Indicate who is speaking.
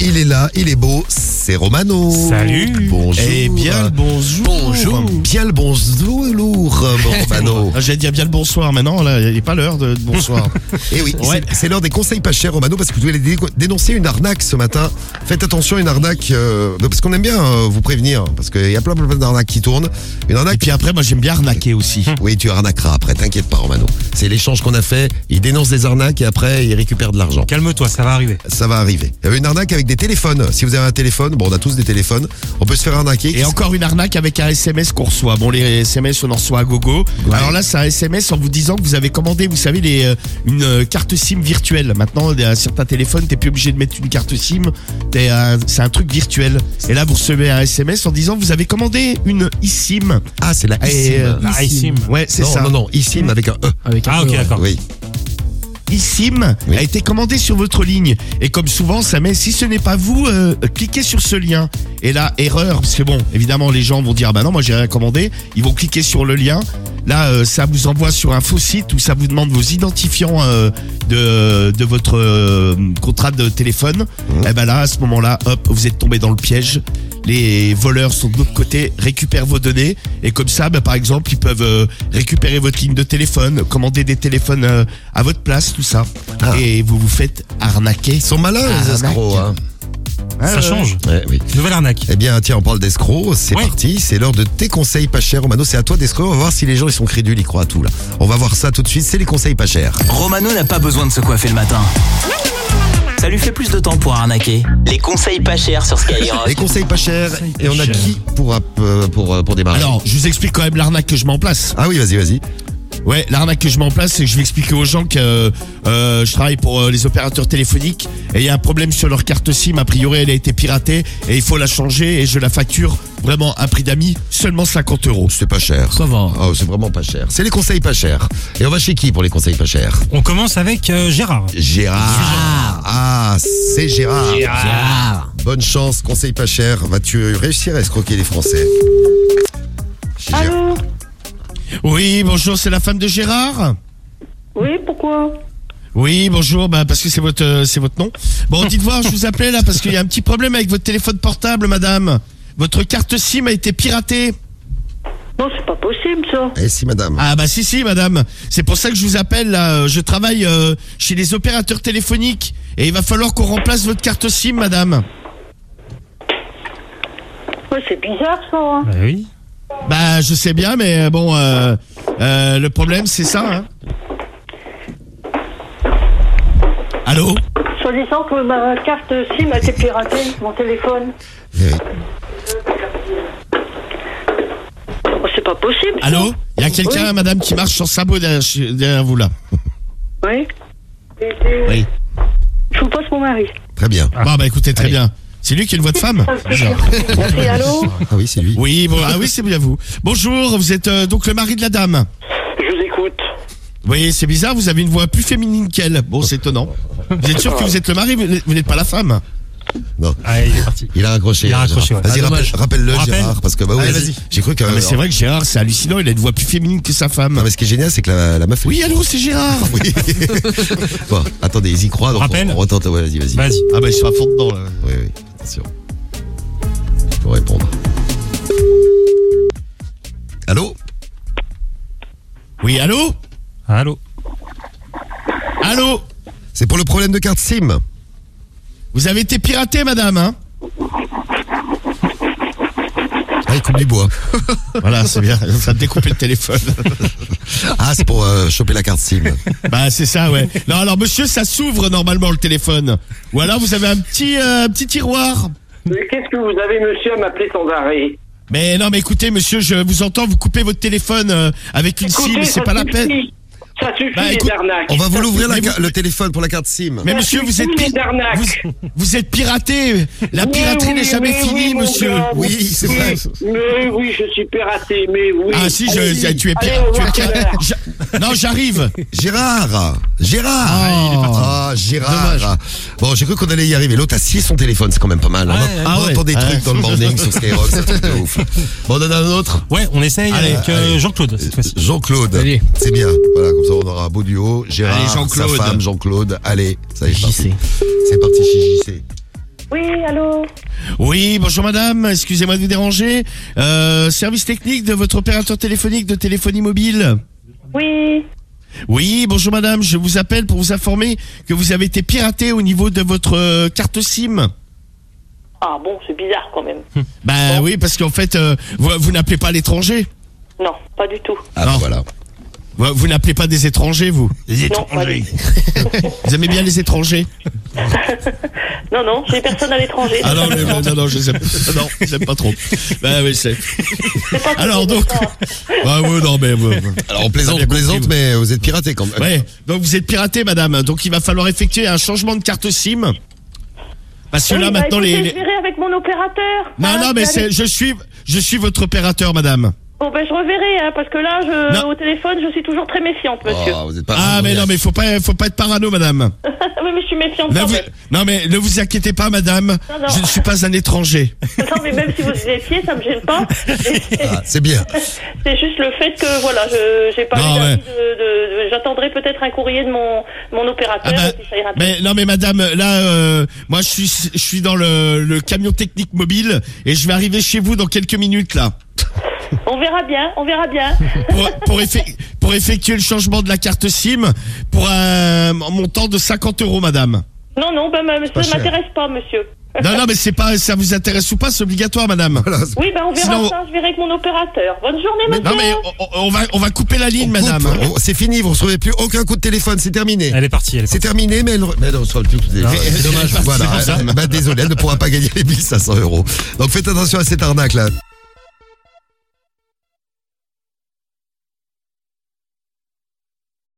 Speaker 1: il est là, il est beau, c'est Romano.
Speaker 2: Salut.
Speaker 1: Bonjour.
Speaker 3: Eh bien le bonjour.
Speaker 1: Bonjour. Bien le bonjour, lourd, Romano.
Speaker 3: Ah, J'allais dire bien le bonsoir maintenant, là, il n'est pas l'heure de de bonsoir.
Speaker 1: Et Eh oui,
Speaker 3: Eh Ouais.
Speaker 1: c'est- c'est l'heure des conseils pas chers, Romano, parce que vous allez dé- dénoncer une arnaque ce matin. Faites attention à une arnaque, euh, parce qu'on aime bien euh, vous prévenir, parce qu'il y a plein, plein, plein d'arnaques qui tournent. Une
Speaker 3: Et
Speaker 1: arnaque.
Speaker 3: puis après, moi j'aime bien arnaquer aussi.
Speaker 1: Oui, tu arnaqueras après, t'inquiète pas, Romano. C'est l'échange qu'on a fait. Il dénonce des arnaques et après, il récupère de l'argent.
Speaker 2: Calme-toi, ça va arriver.
Speaker 1: Ça va arriver. Il y avait une arnaque avec des téléphones. Si vous avez un téléphone, bon, on a tous des téléphones. On peut se faire arnaquer.
Speaker 3: Et encore une arnaque avec un SMS qu'on reçoit. Bon, les SMS, on en reçoit à gogo. Alors là, c'est un SMS en vous disant que vous avez commandé, vous savez, les, euh, une euh, carte SIM virtuelle. Maintenant, à certains téléphones, t'es plus obligé de mettre une carte SIM. T'es un- C'est un truc virtuel. Et là, vous recevez un SMS en disant que vous avez commandé une eSIM.
Speaker 1: Ah, c'est la
Speaker 3: Et, euh,
Speaker 2: La eSIM.
Speaker 3: Ouais, c'est
Speaker 1: Non,
Speaker 3: ça.
Speaker 1: non, non, eSIM avec un E.
Speaker 2: Ah ok, d'accord.
Speaker 1: Oui.
Speaker 3: eSIM
Speaker 1: Oui.
Speaker 3: a été commandé sur votre ligne. Et comme souvent, ça met si ce n'est pas vous, euh, cliquez sur ce lien. Et là, erreur, parce que bon, évidemment, les gens vont dire, bah non, moi j'ai rien commandé. Ils vont cliquer sur le lien. Là, euh, ça vous envoie sur un faux site où ça vous demande vos identifiants euh, de, de votre euh, contrat de téléphone. Et ben là, à ce moment-là, hop, vous êtes tombé dans le piège. Les voleurs sont de l'autre côté, récupèrent vos données. Et comme ça, bah, par exemple, ils peuvent euh, récupérer votre ligne de téléphone, commander des téléphones euh, à votre place, tout ça.
Speaker 1: Ah.
Speaker 3: Et vous vous faites arnaquer.
Speaker 1: Ils sont malins, les
Speaker 3: Arnaque.
Speaker 1: escrocs. Hein.
Speaker 3: Ah,
Speaker 2: Ça
Speaker 3: ouais.
Speaker 2: change.
Speaker 1: Ouais, oui.
Speaker 2: Nouvelle arnaque.
Speaker 1: Eh bien, tiens, on parle d'escrocs, c'est
Speaker 2: Ouais.
Speaker 1: parti, c'est l'heure de tes conseils pas chers, Romano, c'est à toi d'escrocs, on va voir si les gens ils sont crédules, ils croient à tout là. On va voir ça tout de suite, c'est les conseils pas chers.
Speaker 4: Romano n'a pas besoin de se coiffer le matin. Ça lui fait plus de temps pour arnaquer. Les conseils pas chers sur Skyrock.
Speaker 1: Ah, Les conseils pas chers,
Speaker 2: Conseils pas
Speaker 1: et on a
Speaker 2: chers.
Speaker 1: qui pour, euh, pour, euh, pour démarrer
Speaker 3: Alors, je vous explique quand même l'arnaque que je mets en place.
Speaker 1: Ah oui, vas-y, vas-y.
Speaker 3: Ouais, l'arnaque que je mets en place, c'est que je vais expliquer aux gens que euh, euh, je travaille pour euh, les opérateurs téléphoniques et il y a un problème sur leur carte SIM. A priori, elle a été piratée et il faut la changer et je la facture vraiment un prix d'ami, seulement 50 euros.
Speaker 1: C'est pas cher.
Speaker 2: Ça va.
Speaker 1: Oh, c'est vraiment pas cher. C'est les conseils pas chers. Et on va chez qui pour les conseils pas chers
Speaker 2: On commence avec euh, Gérard.
Speaker 1: Gérard. Ah, c'est Gérard. Bonne chance, conseil pas cher. Vas-tu réussir à escroquer les Français Chez Gérard.
Speaker 5: Allô
Speaker 3: Oui, bonjour, c'est la femme de Gérard
Speaker 5: Oui, pourquoi
Speaker 3: Oui, bonjour, bah parce que c'est votre euh, c'est votre nom. Bon, dites voir, je vous appelais là parce qu'il y a un petit problème avec votre téléphone portable, madame. Votre carte SIM a été piratée.
Speaker 5: Non, c'est pas possible, ça.
Speaker 1: Eh si, madame.
Speaker 3: Ah bah si si madame, c'est pour ça que je vous appelle là, Euh, je travaille euh, chez les opérateurs téléphoniques et il va falloir qu'on remplace votre carte SIM madame.
Speaker 5: Ouais, c'est bizarre, ça. hein.
Speaker 2: Bah oui.
Speaker 3: Bah je sais bien mais euh, bon euh, euh, le problème c'est ça hein. Allô
Speaker 5: Soit disant que ma carte SIM a été piratée, mon téléphone.
Speaker 1: Eh oui.
Speaker 5: Oh, c'est pas possible. ça.
Speaker 3: Allô Il y a quelqu'un
Speaker 5: Oui.
Speaker 3: madame qui marche sur sabot derrière, chez- derrière vous là.
Speaker 5: Oui.
Speaker 3: Oui.
Speaker 5: Je vous passe mon mari.
Speaker 1: Très bien.
Speaker 3: Bon bah écoutez très bien. C'est lui qui a une voix de femme Bizarre.
Speaker 5: Merci, allô
Speaker 1: Ah oui, c'est lui.
Speaker 3: Oui, bon, ah oui, c'est bien vous. Bonjour, vous êtes euh, donc le mari de la dame.
Speaker 6: Je vous écoute.
Speaker 3: Oui, c'est bizarre, vous avez une voix plus féminine qu'elle. Bon, c'est étonnant. Vous êtes sûr que vous êtes le mari, vous n'êtes- vous n'êtes pas la femme
Speaker 1: Non.
Speaker 2: Allez, Ah, il est parti.
Speaker 1: Il a raccroché.
Speaker 2: Il a
Speaker 1: hein,
Speaker 2: raccroché,
Speaker 1: Gérard.
Speaker 2: ouais.
Speaker 1: Vas-y,
Speaker 2: Ah,
Speaker 1: rappelle-
Speaker 2: dommage.
Speaker 1: rappelle-le,
Speaker 2: On rappelle
Speaker 1: Gérard, parce que bah oui,
Speaker 2: Allez,
Speaker 1: vas-y.
Speaker 2: vas-y.
Speaker 1: j'ai cru que.
Speaker 3: Ah, mais c'est vrai que Gérard, c'est hallucinant, il a une voix plus féminine que sa
Speaker 1: Non,
Speaker 3: femme.
Speaker 1: mais ce qui est génial, c'est que la, la meuf.
Speaker 3: Oui, allô, c'est Gérard
Speaker 1: Oui. bon, attendez, ils y croient. Donc
Speaker 2: Rappelle.
Speaker 1: On, on retente. Ouais, vas-y, vas-y.
Speaker 2: Vas-y.
Speaker 3: Ah bah, ils sont à fond dedans, là.
Speaker 1: Oui, oui, attention. Faut répondre. Allô
Speaker 3: Oui, allô
Speaker 2: Allô.
Speaker 3: Allô
Speaker 1: C'est pour le problème de carte SIM.
Speaker 3: Vous avez été piraté, madame, hein
Speaker 1: Ah, il coupe du bois.
Speaker 3: Voilà, c'est bien, ça a découpé le téléphone.
Speaker 1: Ah, c'est pour euh, choper la carte SIM.
Speaker 3: bah, c'est ça, ouais. Non, alors, monsieur, ça s'ouvre normalement, le téléphone. Ou alors, vous avez un petit, euh, un petit tiroir.
Speaker 6: Mais qu'est-ce que vous avez, monsieur, à m'appeler sans arrêt
Speaker 3: Mais non, mais écoutez, monsieur, je vous entends, vous coupez votre téléphone euh, avec une
Speaker 6: Écoutez,
Speaker 3: cible, c'est
Speaker 6: ça
Speaker 3: pas la peine.
Speaker 6: suffit. Ça suffit,
Speaker 3: Bah,
Speaker 6: les
Speaker 3: écoute,
Speaker 6: arnaques.
Speaker 1: On va vous
Speaker 6: Ça
Speaker 1: l'ouvrir la
Speaker 3: Mais
Speaker 1: ca-
Speaker 3: vous-
Speaker 1: le téléphone pour la carte SIM.
Speaker 3: Mais monsieur, vous êtes,
Speaker 6: suffit,
Speaker 3: pi-
Speaker 6: les arnaques.
Speaker 3: vous, vous êtes piraté. La
Speaker 6: Oui,
Speaker 3: piraterie
Speaker 6: oui,
Speaker 3: n'est jamais
Speaker 6: oui,
Speaker 3: finie,
Speaker 6: oui, mon
Speaker 3: monsieur.
Speaker 6: gars,
Speaker 1: Oui,
Speaker 6: mon-
Speaker 1: c'est vrai.
Speaker 6: Mais oui, je suis piraté, mais oui.
Speaker 3: Ah si, je,
Speaker 6: Allez-y.
Speaker 3: tu es
Speaker 6: Allez, au
Speaker 3: piraté.
Speaker 6: revoir, Gérard.
Speaker 3: non, j'arrive.
Speaker 1: Gérard Gérard Ah, Gérard Bon, j'ai cru qu'on allait y arriver. L'autre a scié son téléphone, c'est quand même pas mal. hein.
Speaker 2: Ouais,
Speaker 1: on
Speaker 3: ah ouais.
Speaker 1: entend des
Speaker 3: Ouais.
Speaker 1: trucs dans le morning sur Skyrock, c'est un truc de ouf. Bon, on en a un autre
Speaker 2: Ouais, on essaye
Speaker 1: Allez,
Speaker 2: avec euh,
Speaker 1: allez.
Speaker 2: Jean-Claude cette fois-ci.
Speaker 1: Jean-Claude.
Speaker 2: Allez.
Speaker 1: C'est bien. Voilà, comme ça on aura un beau duo. Gérard,
Speaker 3: Allez, Jean-Claude. Ah.
Speaker 1: sa femme, Jean-Claude. Allez, ça y est. c'est parti. C'est parti chez JC.
Speaker 5: Oui, allô
Speaker 3: Oui, bonjour madame, excusez-moi de vous déranger. Euh, service technique de votre opérateur téléphonique de téléphonie mobile.
Speaker 5: Oui,
Speaker 3: Oui, bonjour madame, je vous appelle pour vous informer que vous avez été piraté au niveau de votre euh, carte SIM.
Speaker 5: Ah bon, c'est bizarre quand même.
Speaker 3: Bah oui, parce qu'en fait, euh, vous, vous n'appelez pas à l'étranger.
Speaker 5: Non, pas du tout.
Speaker 6: bah
Speaker 1: Ah,
Speaker 3: Non.
Speaker 1: voilà.
Speaker 3: Vous, vous n'appelez pas des étrangers, vous. Des
Speaker 5: Non, pas du tout.
Speaker 3: Vous aimez bien les étrangers
Speaker 5: Non, non, j'ai personne à l'étranger.
Speaker 3: Ah non, mais, non, non, non, je les aime. Non, je les aime pas trop. Bah oui, c'est.
Speaker 5: C'est pas
Speaker 3: Alors
Speaker 5: possible,
Speaker 3: donc.
Speaker 5: ça.
Speaker 3: Bah oui, non, mais. ouais, ouais.
Speaker 1: Alors on plaisante, on plaisante, mais vous êtes piraté quand même.
Speaker 3: Ouais, donc vous êtes piraté, madame. Donc il va falloir effectuer un changement de carte SIM. Parce que
Speaker 5: Oui,
Speaker 3: là,
Speaker 5: bah,
Speaker 3: maintenant,
Speaker 5: écoutez,
Speaker 3: les.
Speaker 5: Je
Speaker 3: les-
Speaker 5: verrai avec mon opérateur.
Speaker 3: Non,
Speaker 5: Hein,
Speaker 3: non, mais
Speaker 5: vous allez-
Speaker 3: c'est, je suis, je suis votre opérateur, madame.
Speaker 5: Bon, ben je reverrai, hein, parce que là, je...
Speaker 3: Non.
Speaker 5: au téléphone, je suis toujours très méfiante, monsieur.
Speaker 1: Oh, vous êtes pas
Speaker 3: Ah, mais non, mais faut pas, faut pas être parano, madame.
Speaker 5: oui, mais je suis méfiante
Speaker 3: Ne
Speaker 5: quand
Speaker 3: vous-
Speaker 5: même.
Speaker 3: non, mais ne vous inquiétez pas, madame.
Speaker 5: Non, non.
Speaker 3: Je ne suis pas un étranger.
Speaker 5: Non, mais même si vous y étiez, ça me gêne pas. Et c'est-
Speaker 1: Ah, c'est bien.
Speaker 5: C'est juste le fait que, voilà, je j'ai pas
Speaker 3: Non,
Speaker 5: eu d'avis
Speaker 3: mais-
Speaker 5: de, de- de- J'attendrai peut-être un courrier de mon, mon opérateur,
Speaker 3: Ah bah,
Speaker 5: si ça ira bien.
Speaker 3: mais non, mais madame, là, euh, moi, je suis, je suis dans le, le camion technique mobile et je vais arriver chez vous dans quelques minutes, là.
Speaker 5: On verra bien, on verra bien.
Speaker 3: Pour, pour, effe- pour effectuer le changement de la carte SIM pour un montant de 50 euros, madame.
Speaker 5: non, non, ben, ben,
Speaker 1: pas
Speaker 5: ça
Speaker 1: cher.
Speaker 5: ne m'intéresse pas, monsieur.
Speaker 3: Non, non, mais c'est pas, ça vous intéresse ou pas, c'est obligatoire, madame.
Speaker 1: Voilà, c'est-
Speaker 5: Oui, ben, on verra
Speaker 3: Sinon-
Speaker 5: ça, je verrai avec mon opérateur. Bonne journée, monsieur.
Speaker 3: Non, mais on, on- on va, on va couper la ligne,
Speaker 1: on
Speaker 3: madame.
Speaker 2: hein.
Speaker 1: coupe, on- C'est fini, vous recevez plus aucun coup de téléphone, c'est terminé.
Speaker 2: Elle est partie, elle est
Speaker 1: euh, C'est terminé, mais elle. Mais non, sur le plus-
Speaker 2: c'est dommage.
Speaker 1: Voilà.
Speaker 2: C'est pour ça.
Speaker 1: Bah, désolé, elle ne pourra pas gagner les 1500 euros. Donc faites attention à cette arnaque là.